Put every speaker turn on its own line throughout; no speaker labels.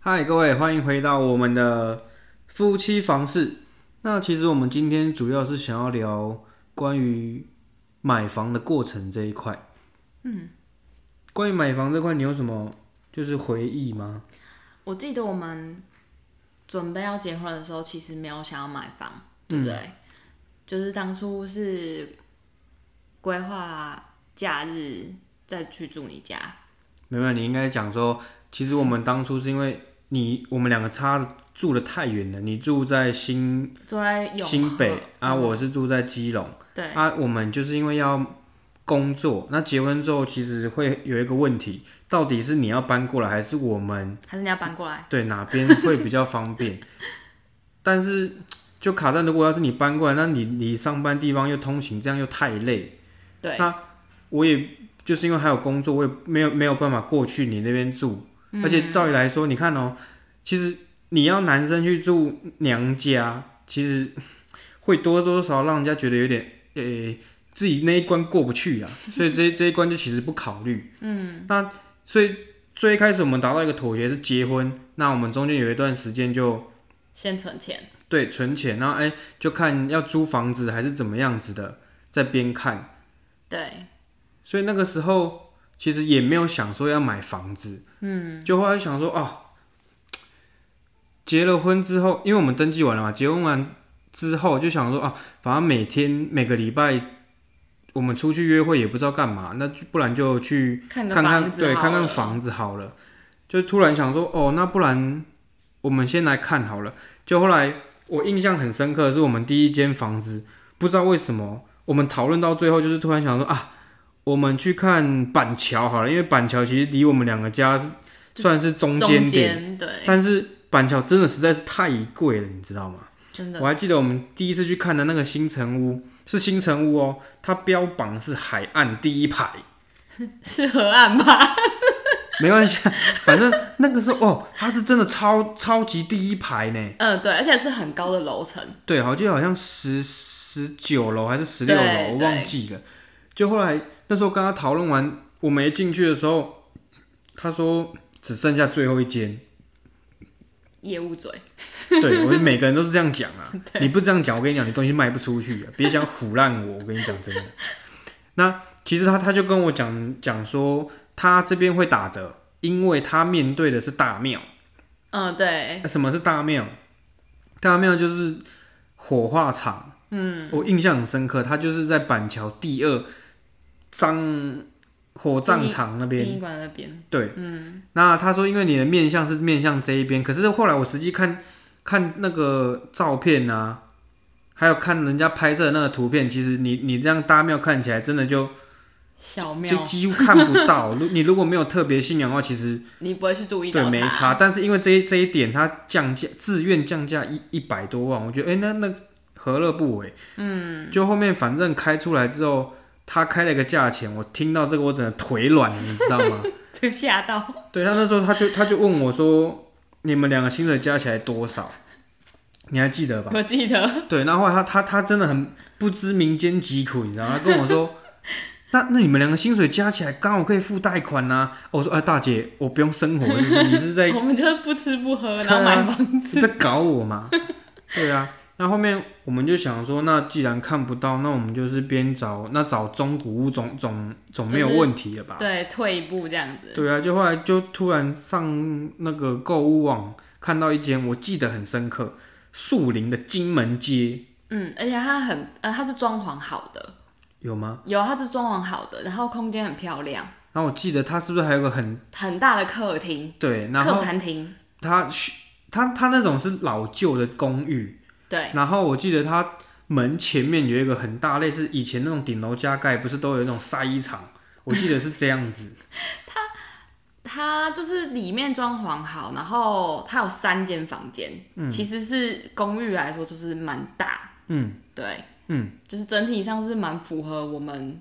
嗨，各位，欢迎回到我们的夫妻房事。那其实我们今天主要是想要聊关于买房的过程这一块。嗯，关于买房这块，你有什么就是回忆吗？
我记得我们准备要结婚的时候，其实没有想要买房，
嗯
对不对？就是当初是规划假日再去住你家，
没有，你应该讲说，其实我们当初是因为你我们两个差住的太远了，你住在新
住在永和
新北啊，
嗯
我是住在基隆。
对
啊，我们就是因为要工作，那结婚之后其实会有一个问题，到底是你要搬过来，还是我们
还是你要搬过来？
对哪边会比较方便？ 但是就卡在，如果要是你搬过来，那你你上班地方又通勤，这样又太累。啊
对，
我也就是因为还有工作，我也没有没有办法过去你那边住。而且照理来说，你看哦，其实你要男生去住娘家，其实 会多多少少让人家觉得有点诶、自己那一关过不去啊，所以这这一关就其实不考虑。嗯，那所以最一开始我们达到一个妥协是结婚，那我们中间有一段时间就
先存钱，
对，存钱，然后哎、就看要租房子还是怎么样子的，在边看。
对，
所以那个时候其实也没有想说要买房子，嗯，就后来想说哦，结了婚之后，因为我们登记完了嘛，结婚完之后就想说啊，反正每天每个礼拜我们出去约会也不知道干嘛，那就不然就去
看个
看
房
看
子
对
好
看看
了
房子好了，就突然想说哦，那不然我们先来看好了。就后来我印象很深刻的是我们第一间房子，不知道为什么我们讨论到最后就是突然想说啊，我们去看板桥好了，因为板桥其实离我们两个家是算是中间
中
点，
间对，
但是板桥真的实在是太贵了，你知道吗？
真的
我还记得我们第一次去看的那个新城屋是新城屋哦，它标榜是海岸第一排，
是河岸吧？
没关系啊，反正那个时候哦，它是真的超超级第一排呢。
嗯，对，而且是很高的楼层，
对，好，就好像十十九楼还是十六楼，
对
我
对
忘记了。就后来那时候跟他讨论完，我没进去的时候，他说只剩下最后一间。
业务嘴，
对，我们每个人都是这样讲 啊。你不这样讲，我跟你讲，你东西卖不出去、啊，别想唬烂我。我跟你讲真的。那其实他他就跟我讲讲说，他这边会打折，因为他面对的是大庙。
嗯，对，
什么是大庙？大庙就是火化场。嗯，我印象很深刻，它就是在板桥第二葬火葬场那边。
殡仪馆那边，
对，嗯。那他说，因为你的面相是面向这一边，可是后来我实际看看那个照片啊，还有看人家拍摄的那个图片，其实你你这样大庙看起来真的就
小
就
庙，
几乎看不到。如你如果没有特别信仰的话，其实
你不会去注意到
对，
它，
没差。但是因为这一这一点，它降价自愿降价一一百多万，我觉得哎、诶那那何乐不为？嗯，就后面反正开出来之后，他开了一个价钱，我听到这个我整个腿软，你知道吗？
这个吓到。
对他那时候他就他就问我说，你们两个薪水加起来多少？你还记得吧？
我记得，
对，然后后来他他他真的很不知民间疾苦，你知道吗？他跟我说，那那你们两个薪水加起来刚好可以付贷款呐、我说啊，大姐，我不用生活，是不是你是在
我们就是不吃不喝，
对
然
啊
后买房
你
子。
在搞我吗？ 对啊，那后面我们就想说，那既然看不到，那我们就是边找那找中古屋总总总没有问题了吧？
对，退一步这样子。
对啊，就后来就突然上那个购物网看到一间，我记得很深刻，树林的金门街
嗯，而且它很呃，它是装潢好的，
有吗？
有它是装潢好的，然后空间很漂亮，
然后我记得它是不是还有个很
很大的客厅、
对，嗯然
客
后
餐厅，
它去它它那种是老旧的公寓，
对，
然后我记得它门前面有一个很大，类似以前那种顶楼加盖，不是都有那种晒衣场？我记得是这样 子。
它就是里面装潢好，然后它有三间房间，其实是公寓来说就是蛮大，
嗯，
对，
嗯，
就是整体上是蛮符合我们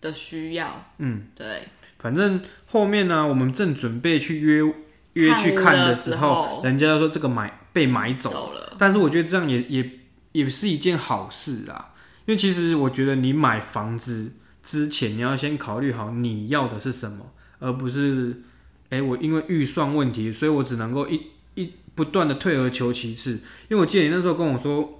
的需要，嗯，对，
反正后面呢、我们正准备去约约去
看屋
看
的
时
时
候，
候
人家就说这个买被买走
走了，
但是我觉得这样也也也是一件好事啊，因为其实我觉得你买房子之前，你要先考虑好你要的是什么，而不是，哎、我因为预算问题，所以我只能够一一不断的退而求其次，因为我记得你那时候跟我说，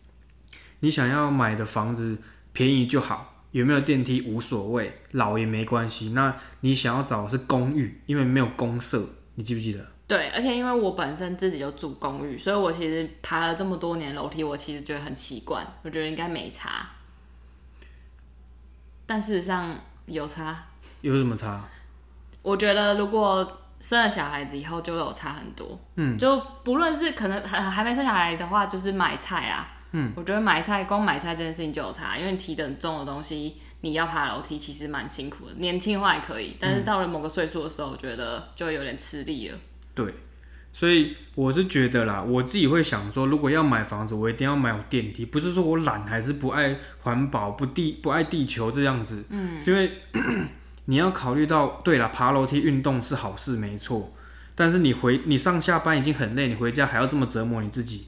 你想要买的房子便宜就好，有没有电梯无所谓，老也没关系。那你想要找的是公寓，因为没有公社，你记不记得？
对，而且因为我本身自己就住公寓，所以我其实爬了这么多年楼梯，我其实觉得很习惯，我觉得应该没差。但事实上有差，
有什么差？
我觉得如果生了小孩子以后就有差很多，嗯，就不论是可能还还没生小孩的话，就是买菜啊，嗯，我觉得买菜光买菜这件事情就有差，因为提等重的东西你要爬楼梯其实蛮辛苦的，年轻的话也可以，但是到了某个岁数的时候，我觉得就有点吃力了。
对，所以我是觉得啦，我自己会想说，如果要买房子，我一定要买有电梯，不是说我懒还是不爱环保、不地不爱地球这样子，嗯，是因为 你要考虑到，对啦，爬楼梯运动是好事没错，但是你回你上下班已经很累，你回家还要这么折磨你自己，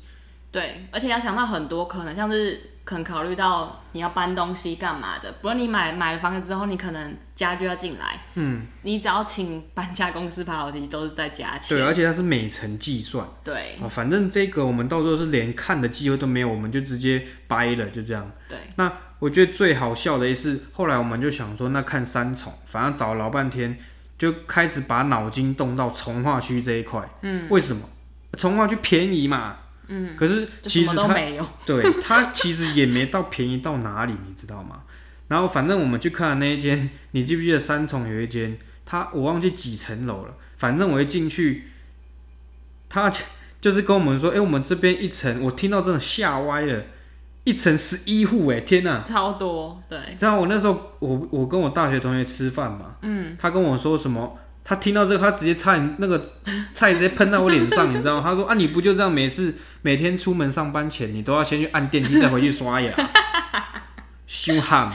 对，而且要想到很多可能，像是可能考虑到你要搬东西干嘛的。不论你买买了房子之后，你可能家具要进来，嗯，你只要请搬家公司爬楼梯都是在加
对，
钱。
而且它是每层计算。
对
啊，反正这个我们到时候是连看的机会都没有，我们就直接掰了，就这样。
对，
那我觉得最好笑的一次，后来我们就想说，那看三重，反正找了老半天，就开始把脑筋动到从化区这一块。嗯，为什么？从化区便宜嘛。嗯，可是
就什
其
么
实
都
它
没有。
对它其实也没到便宜到哪里，你知道吗？然后反正我们去看的那一间，你记不记得三重有一间，它我忘记几层楼了，反正我一进去，他就是跟我们说，哎、我们这边一层，我听到真的吓歪了，一层十一户，哎，天哪、
超多，对，
你知道我那时候，我我跟我大学同学吃饭嘛，嗯，他跟我说什么？他听到这个，他直接差点那个 菜直接喷到我脸上，你知道吗？他说啊，你不就这样，每次每天出门上班前，你都要先去按电梯，再回去刷牙， 凶悍。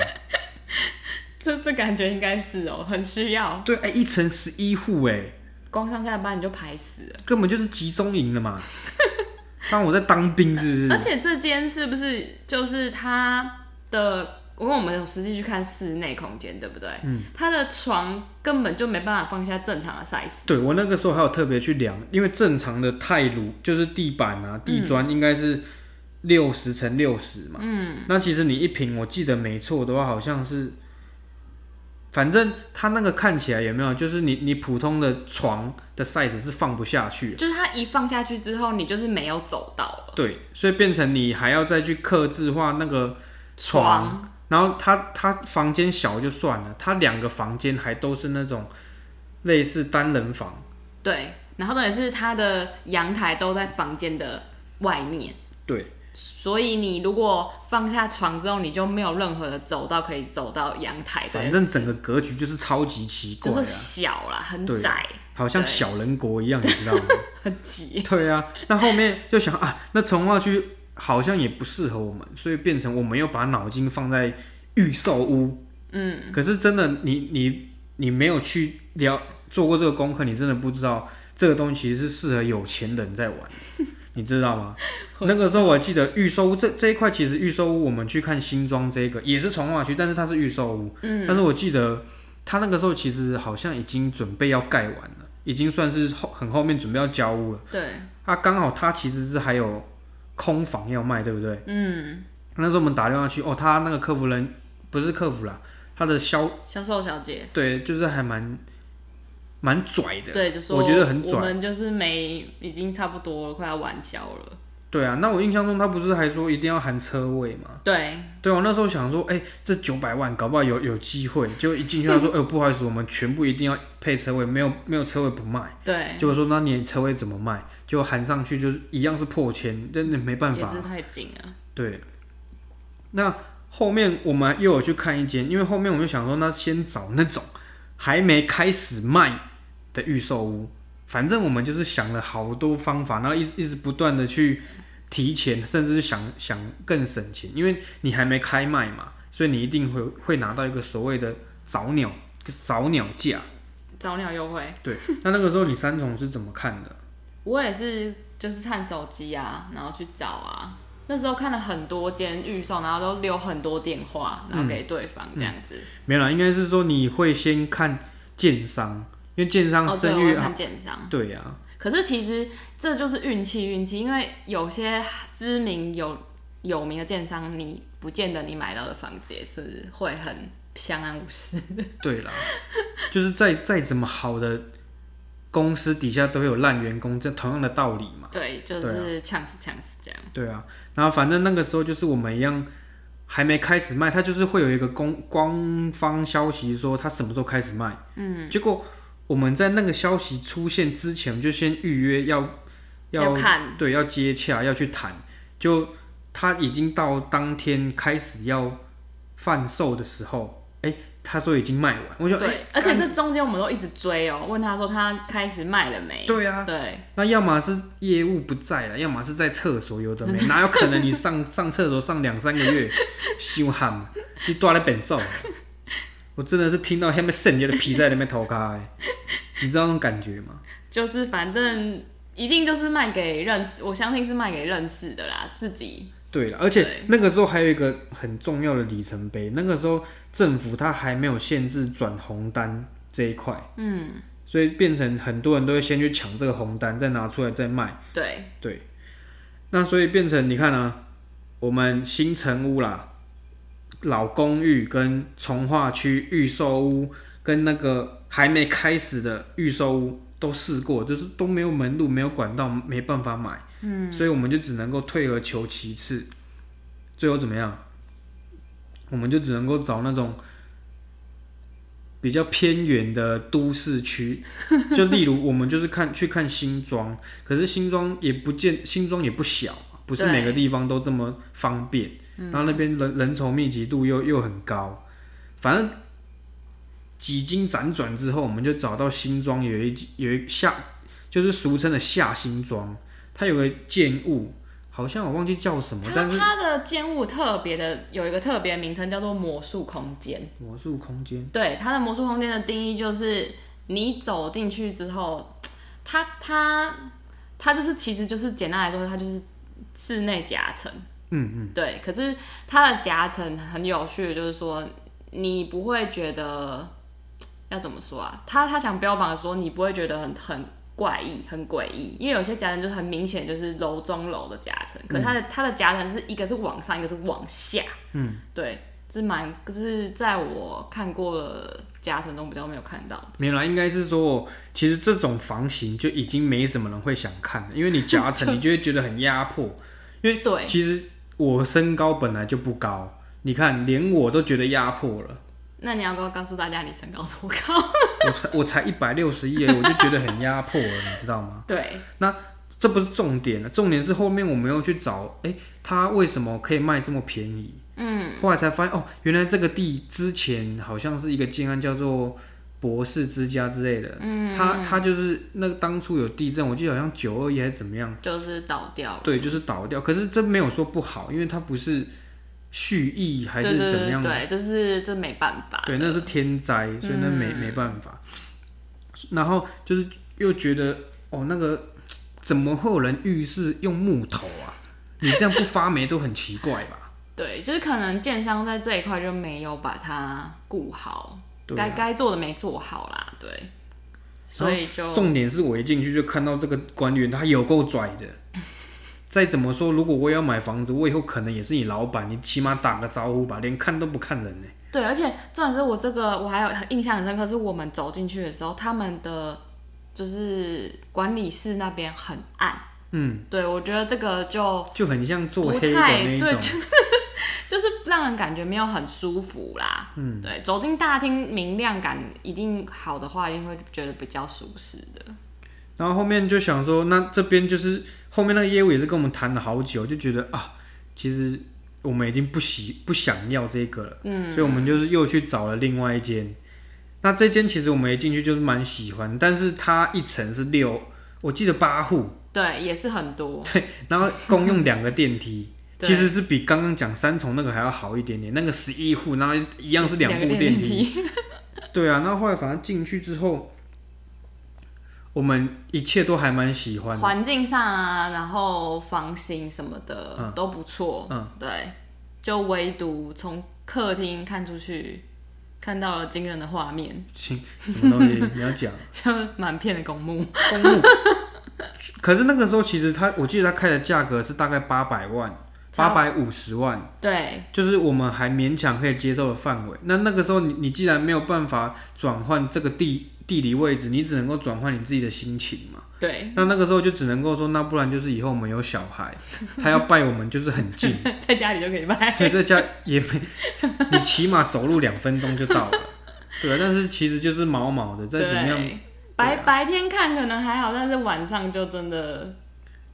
这这感觉应该是哦，很需要，
对，哎、一层十一户，哎，
光上下班你就排死了。
根本就是集中营了嘛。当我在当兵是不是？
而且这间是不是就是它的？因为我们有实际去看室内空间，对不对？嗯，它的床根本就没办法放下正常的 size。
对我那个时候还有特别去量，因为正常的泰鲁就是地板啊、地砖应该是六十乘六十嘛。嗯，那其实你一平，我记得没错的话，好像是，反正它那个看起来有没有，就是你你普通的床的 size 是放不下去的。
就是它一放下去之后，你就是没有走到了
对，所以变成你还要再去克制化那个床，然后他他房间小就算了，他两个房间还都是那种类似单人房。
对，然后重点是它的阳台都在房间的外面，
对，
所以你如果放下床之后，你就没有任何的走道可以走到阳台这件
反
事，
正整个格局就是超级奇怪
就
啊，
是小啦，很
对
窄，
好像
对
小人国一样，你知道吗？
很挤。
对啊，那后面就想啊，那从化区好像也不适合我们，所以变成我们又把脑筋放在预售屋。嗯，可是真的，你你你没有去了做过这个功课，你真的不知道这个东西其实是适合有钱人在玩，你知道吗？那个时候 我记得预售屋这这一块，其实预售屋我们去看新庄这个也是从化区，但是它是预售屋。嗯，但是我记得它那个时候其实好像已经准备要盖完了，已经算是后很后面准备要交屋了。
对，
啊，刚好他其实是还有空房要卖，对不对？嗯。那时候我们打电话去，哦，他那个客服人不是客服啦，他的销
销售 小姐，
对，就是还蛮蛮拽的。
对，就说
我觉得很拽
我们就是没已经差不多了，快要完销了。
对啊，那我印象中他不是还说一定要含车位吗？
对，
对啊，我那时候想说，哎、这九百万搞不好有有机会，就一进去他 说，哎、不好意思，我们全部一定要配车位，没有没有车位不卖。
对，
结果说，那你车位怎么卖？就含上去就是一样是破千，但那没办法、
也是太紧了。
对，那后面我们又有去看一间，因为后面我们就想说，那先找那种还没开始卖的预售屋。反正我们就是想了好多方法，然后一一直不断的去提前，甚至是想想更省钱，因为你还没开卖嘛，所以你一定会会拿到一个所谓的早鸟早鸟价。
早鸟优惠，
对，那那个时候你三重是怎么看的？
我也是就是看手机啊，然后去找啊。那时候看了很多间预售，然后都留很多电话，然后给对方这样子。
没有啦，应该是说你会先看建商，因为建商
哦，对，
声
我
誉
有看建商，
对呀、啊
可是其实这就是运气，运气，因为有些知名有有名的建商，你不见得你买到的房子也是会很相安无事。
对啦，就是再再怎么好的公司底下都会有烂员工，这同样的道理嘛。
对，就是呛死呛死这样。
对啊，然后反正那个时候就是我们一样还没开始卖，他就是会有一个公官方消息说他什么时候开始卖。嗯，结果我们在那个消息出现之前，我们就先预约要
要
要
看，
对要接洽要去谈，就他已经到当天开始要贩售的时候，哎、他说已经卖完，我就哎、
对，而且这中间我们都一直追哦，问他说他开始卖了没？
对啊，
对，
那要么是业务不在了，要么是在厕所，有的没，哪有可能你上上厕所上两三个月，羞汗，你多来本寿，我真的是听到下面圣洁的皮在那边头开、你知道那种感觉吗？
就是反正一定就是卖给认识，我相信是卖给认识的啦，自己
对了，而且
对
那个时候还有一个很重要的里程碑，那个时候政府它还没有限制转红单这一块，嗯，所以变成很多人都会先去抢这个红单，再拿出来再卖。
对
对，那所以变成你看啊，我们新城屋啦、老公寓跟从化区预售屋跟那个还没开始的预售屋都试过，就是都没有门路、没有管道，没办法买。嗯，所以我们就只能够退而求其次，最后怎么样？我们就只能够找那种比较偏远的都市区，就例如我们就是看去看新庄，可是新庄也不见新庄也不小嘛，不是
对
每个地方都这么方便，然后那边人人稠密集度又又很高，反正几经辗转之后，我们就找到新庄有一有一下，就是俗称的下新庄，它有个建物，好像我忘记叫什么，
它
哦但是
它的建物特别的有一个特别名称叫做魔术空间。
魔术空间。
对，它的魔术空间的定义就是你走进去之后，它它它就是其实就是简单来说，它就是室内夹层。
嗯嗯，
对，可是它的夹层很有趣，就是说你不会觉得要怎么说啊？他他想标榜说你不会觉得很很怪异、很诡异，因为有些夹层就是很明显就是楼中楼的夹层，可是它的、
嗯
它的夹层是一个是往上，一个是往下。嗯，对，是蛮就是在我看过的夹层中比较没有看到。
没有啦，应该是说，其实这种房型就已经没什么人会想看了，因为你夹层，你就会觉得很压迫。因为
对
其实我身高本来就不高，你看连我都觉得压迫了，
那你要不要告诉大家你身高 多高？
我才我才一百六十一，我就觉得很压迫了，你知道吗？
对，
这不是重点了，重点是后面我们又去找，哎、他为什么可以卖这么便宜？嗯，后来才发现哦，原来这个地之前好像是一个建案叫做博士之家之类的，嗯，他他就是那个当初有地震，我记得好像九二一还是怎么样，
就是倒掉了。
啊对，就是倒掉。可是这没有说不好，因为它不是蓄意还是
对对
怎么样，
对对，就是这没办法。嗯
对，那是天灾，所以那没、没办法。然后就是又觉得哦，那个怎么会有人浴室用木头啊？你这样不发霉都很奇怪吧？
对，就是可能建商在这一块就没有把它顾好，
对
该
啊、
该做的没做好啦，对，所以就、
重点是我一进去就看到这个官员，他有够拽的。再怎么说，如果我也要买房子，我以后可能也是你老板，你起码打个招呼吧，连看都不看人呢、
对，而且重点是我这个我还有印象很深刻，是我们走进去的时候，他们的就是管理室那边很暗，
嗯，
对我觉得这个就
就很像做
哦不
黑的
太
那一
对
种。
就是让人感觉没有很舒服啦，嗯，对，走进大厅明亮感一定好的话，一定会觉得比较舒适的，
然后后面就想说，那这边就是后面那个业务也是跟我们谈了好久，就觉得啊，其实我们已经不喜不想要这个了，嗯，所以我们就是又去找了另外一间。那这间其实我们一进去就是蛮喜欢，但是它一层是六，我记得八户，
对，也是很多，，
然后共用两个电 梯
对
其实是比刚刚讲三重那个还要好一点点。那个十一户，然后一样是两
个
部电梯，，对啊，那后来反正进去之后，我们一切都还蛮喜欢的。
环境上啊，然后房型什么的、都不错，
嗯，
对，就唯独从客厅看出去，看到了惊人的画面，
亲，什么东西你要讲？
就满片的公墓，
公墓，可是那个时候其实他，我记得他开的价格是大概八百万、八
差不
百五十万，
对
就是我们还勉强可以接受的范围。那那个时候你你既然没有办法转换这个地地理位置，你只能够转换你自己的心情嘛。
对，
那那个时候就只能够说，那不然就是以后我们有小孩， 他要拜我们就是很近，
在家里就可以卖。
所以在家也没，你起码走路两分钟就到了。对啊，但是其实就是毛毛的，再怎么样，啊
对，白白天看可能还好，但是晚上就真的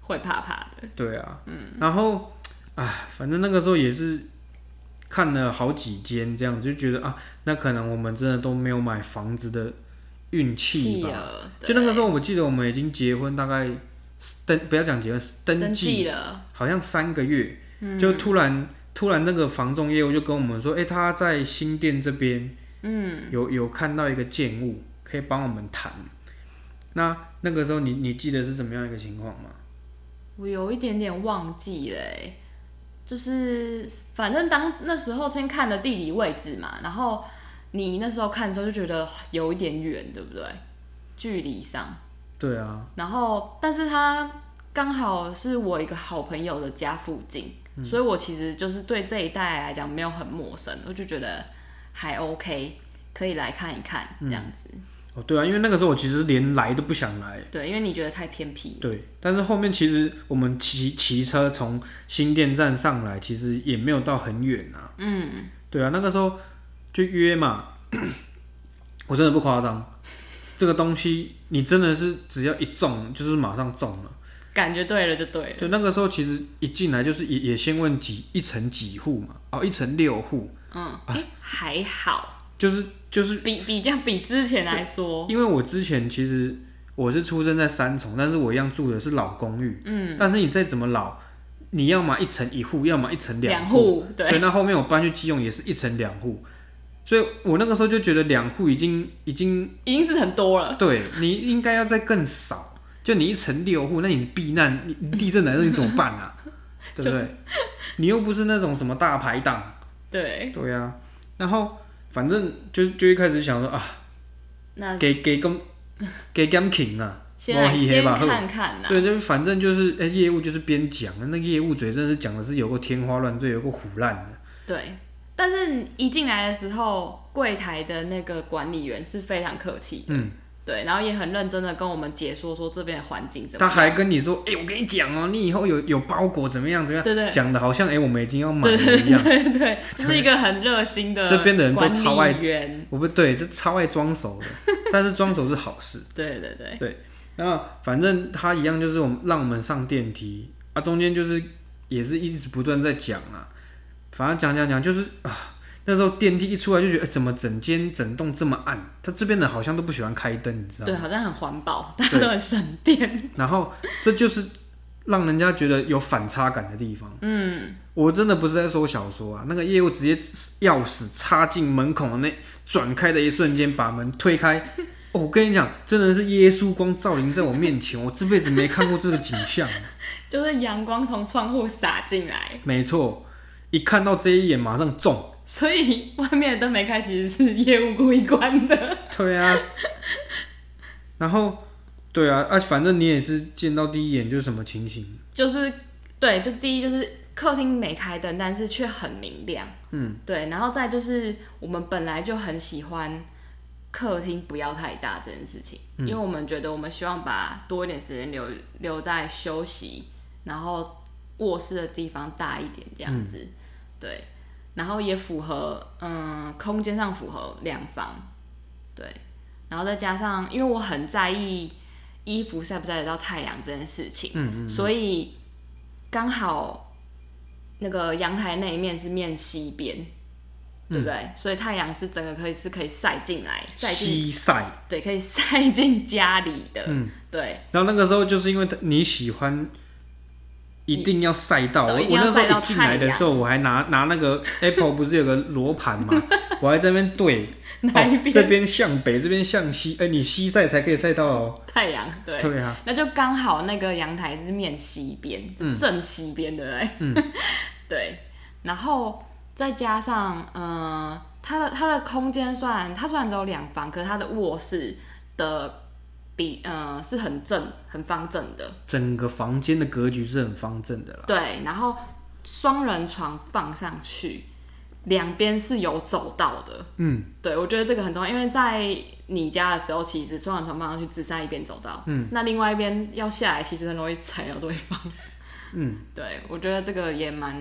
会怕怕的。
对啊，然后，哎，反正那个时候也是看了好几间，这样就觉得啊，那可能我们真的都没有买房子的运气啊吧。
了，
就那个时候，我记得我们已经结婚，大概登不要讲结婚，
对
登记嗯
记了，
好像三个月，就突然突然那个房仲业务就跟我们说，哎、他在新店这边，嗯，有有看到一个建物，可以帮我们谈。那那个时候你你记得是怎么样一个情况吗？
我有一点点忘记了欸、就是反正当那时候先看的地理位置嘛，然后你那时候看之后就觉得有一点远，对不对？距离上，
对啊，
然后但是它刚好是我一个好朋友的家附近，
嗯
所以我其实就是对这一带来讲没有很陌生，我就觉得还 OK，可以来看一看
嗯
这样子。
哦，对啊，因为那个时候我其实连来都不想来。
对，因为你觉得太偏僻，
对，但是后面其实我们骑骑车从新店站上来，其实也没有到很远啊。嗯，对啊，那个时候就约嘛， 我真的不夸张，这个东西你真的是只要一中就是马上中了。
感觉对了就对了。
对，那个时候其实一进来就是也也先问几一层几户嘛，哦，一层六户，
嗯，
啊
哎、还好，
就是就是
比比较比之前来说，
因为我之前其实我是出生在三重，但是我一样住的是老公寓。嗯，但是你再怎么老，你要么一层一户，要么一层
两
户。
户对，
那后面我搬去基隆也是一层两户，所以我那个时候就觉得两户已经已经
已经是很多了。
对你应该要再更少。就你一层六户，那你避难，你你地震来了你怎么办啊？对不对？你又不是那种什么大排档，
对，
对呀、然后反正就就一开始想说啊，
那
给给公给 g a m k i n g 啊，
啊 先来
摸黑黑
先
吧
看啊看呐、
对，就是反正就是，哎、业务就是边讲，那业务嘴真的是讲的是有个天花乱坠，有个虎烂的。
对，但是一进来的时候，柜台的那个管理员是非常客气的，
嗯
对，然后也很认真的跟我们解说说这边的环境怎么
他
样，
还跟你说，哎、我跟你讲哦、你以后有有包裹怎么样怎么
对对
样，讲的好像哎、我们已经要买了一样。
对对，就是一个很热心的
这边的人都超爱
管理员，
我不对，这超爱装熟的， 但是装熟是好事。
对对对，
那反正他一样就是我们让我们上电梯啊，中间就是也是一直不断在讲啊，反正讲讲讲就是啊，那时候电梯一出来就觉得、哎怎么整间整栋这么暗，他这边人好像都不喜欢开灯，你知道
对，
吗？
好像很环保，大家都很省电，
然后这就是让人家觉得有反差感的地方。嗯，我真的不是在说小说啊，那个业务直接钥匙插进门口的那转开的一瞬间，把门推开。 哦我跟你讲，真的是耶稣光照临在我面前，我这辈子没看过这个景象。
就是阳光从窗户洒进来，
没错，一看到这一眼马上中。
所以外面的灯没开，其实是业务故意关的，
对啊，然后对啊，啊，反正你也是见到第一眼就是什么情形，
就是对，就第一就是客厅没开灯，但是却很明亮，嗯，对，然后再就是我们本来就很喜欢客厅不要太大这件事情，因为我们觉得我们希望把多一点时间留留在休息，然后卧室的地方大一点这样子，对，然后也符合嗯空间上符合两房，对，然后再加上因为我很在意衣服晒不晒得到太阳这件事情，嗯嗯所以刚好那个阳台那一面是面西边。对不对？所以太阳是整个可以是可以晒进来，晒进
西晒。
对，可以晒进家里的，对，
然后那个时候就是因为你喜欢，一定要晒到。我
对一定
我
要
那时
晒到
候一进来的时候，我还拿拿那个 Apple 不是有个罗盘 嘛，我还在那边对，
哪一
哦，
边
这边向北，这边向西，哎、你西晒才可以晒到哦。
太阳，对，
对啊，
那就刚好那个阳台是面西边，就正西边，对不对？ 对，然后再加上，嗯，它的它的空间虽然它虽然只有两房，可是它的卧室的比呃是很正、很方正的，
整个房间的格局是很方正的啦。
对，然后双人床放上去，两边是有走道的。
嗯，
对，我觉得这个很重要，因为在你家的时候，其实双人床放上去只剩一边走道，嗯，那另外一边要下来，其实很容易踩到对方。
嗯，
对，我觉得这个也蛮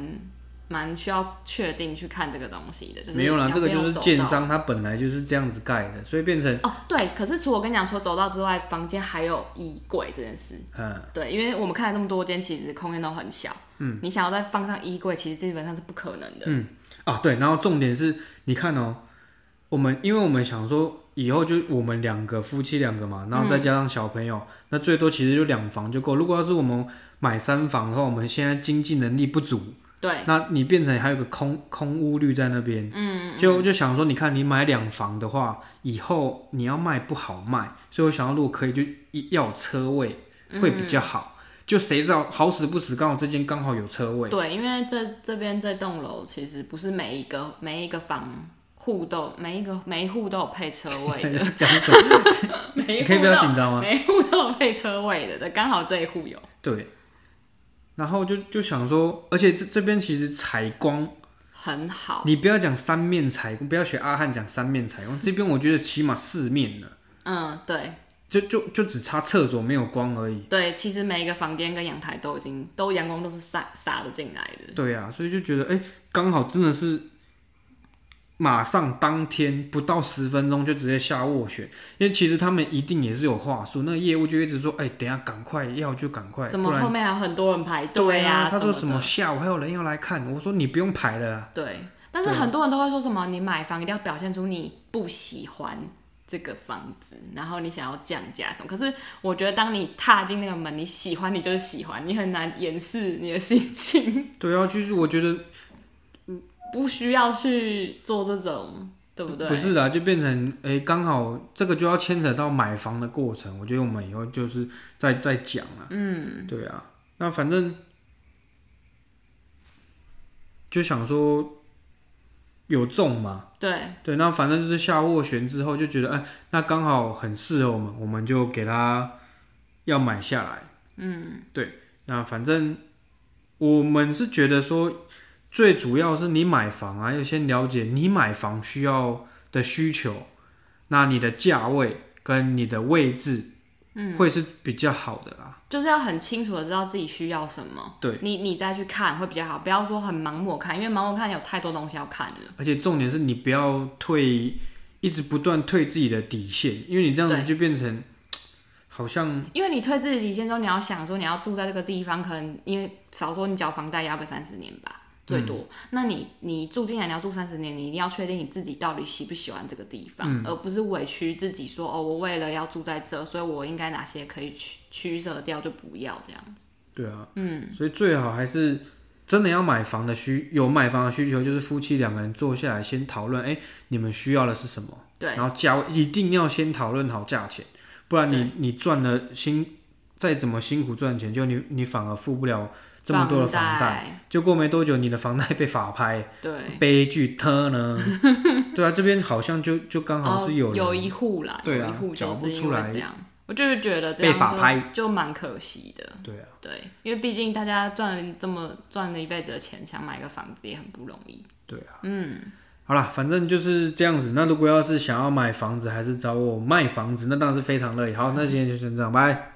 蛮需要确定去看这个东西的，就是
没有啦，
两
这个
边
就是
走
建
道
商他本来就是这样子盖的，所以变成
哦。对，可是除了我跟你讲，除了走道之外，房间还有衣柜这件事。
嗯
对，因为我们看了那么多间，其实空间都很小。嗯，你想要再放上衣柜，其实基本上是不可能的。
啊对，然后重点是你看哦、我们因为我们想说以后就我们两个夫妻两个嘛，然后再加上小朋友，那最多其实就两房就够。如果要是我们买三房的话，我们现在经济能力不足，
对，
那你变成还有个空空屋率在那边，嗯，就就想说，你看你买两房的话，以后你要卖不好卖，所以我想要如果可以就一要有车位会比较好。就谁知道好死不死，刚好这间刚好有车 位，
对，因为这这边这栋楼其实不是每一个每一个房户都每一个每一户都有配车位 的，
讲什么？
每
你
一户
可以不要
都有
紧张吗？
每一户都有配车位的，但刚好这一户有。
对。然后就就想说，而且这这边其实采光，
很好，
你不要讲三面采光，不要学阿汉讲三面采光，这边我觉得起码四面了，
嗯，对
就就就只差厕所没有光而已。
对，其实每一个房间跟阳台都已经都阳光都是洒洒的进来的，
对啊，所以就觉得哎，诶刚、好真的是马上当天不到十分钟就直接下斡旋，因为其实他们一定也是有话术，那个业务就一直说，哎、等一下赶快要就赶快，
怎
不
么后
然
面还有很多人排
对
队啊？
他说
什
什么
么
下午还有人要来看，我说你不用排了 啊、
的？对，但是很多人都会说什么，你买房一定要表现出你不喜欢。这个房子，然后你想要降价什么？可是我觉得，当你踏进那个门，你喜欢你就是喜欢，你很难掩饰你的心情，
对啊，就是我觉得
不需要去做这种，对不对？
不是的，就变成哎，诶刚、好这个就要牵扯到买房的过程。我觉得我们以后就是再再讲啊。嗯，对啊，那反正就想说有中嘛，
对，
对，那反正就是下斡旋之后就觉得，哎、那刚好很适合我们，我们就给他要买下来。嗯，对，那反正我们是觉得说，最主要是你买房啊，要先了解你买房需要的需求，那你的价位跟你的位置，嗯，会是比较好的啦。
就是要很清楚的知道自己需要什么，
对
你你再去看会比较好，不要说很盲目地看，因为盲目看有太多东西要看了。
而且重点是你不要退，一直不断退自己的底线，因为你这样子
对
就变成好像
因为你退自己底线之后，你要想说你要住在这个地方，可能因为少说你缴房贷也要个三十年吧，
嗯
最多。那你你住进来你要住三十年，你一定要确定你自己到底喜不喜欢这个地方，
嗯
而不是委屈自己说哦，我为了要住在这，所以我应该哪些可以取取舍掉就不要这样。
对啊，嗯，所以最好还是真的要买房的需有买房的需求，就是夫妻两个人坐下来先讨论，哎、你们需要的是什么，
对
然后价位一定要先讨论好价钱，不然你你赚了辛再怎么辛苦赚钱，就你你反而付不了这么多的房贷，哎
贷，
就过没多久你的房贷被法拍，
对，
悲剧特呢， 对啊，这边好像就就刚好是
哦有
人、
一户啦，
对啊
有一户
缴
就
不
是因
出
为
来
这样，我就是觉得这
被
样
法
就
拍
就蛮可惜的，
对啊。
对，因为毕竟大家赚了这么赚了一辈子的钱，想买个房子也很不容易。
对啊，嗯，好啦，反正就是这样子。那如果要是想要买房子，还是找我卖房子，那当然是非常乐意。好，那今天就先这样，拜。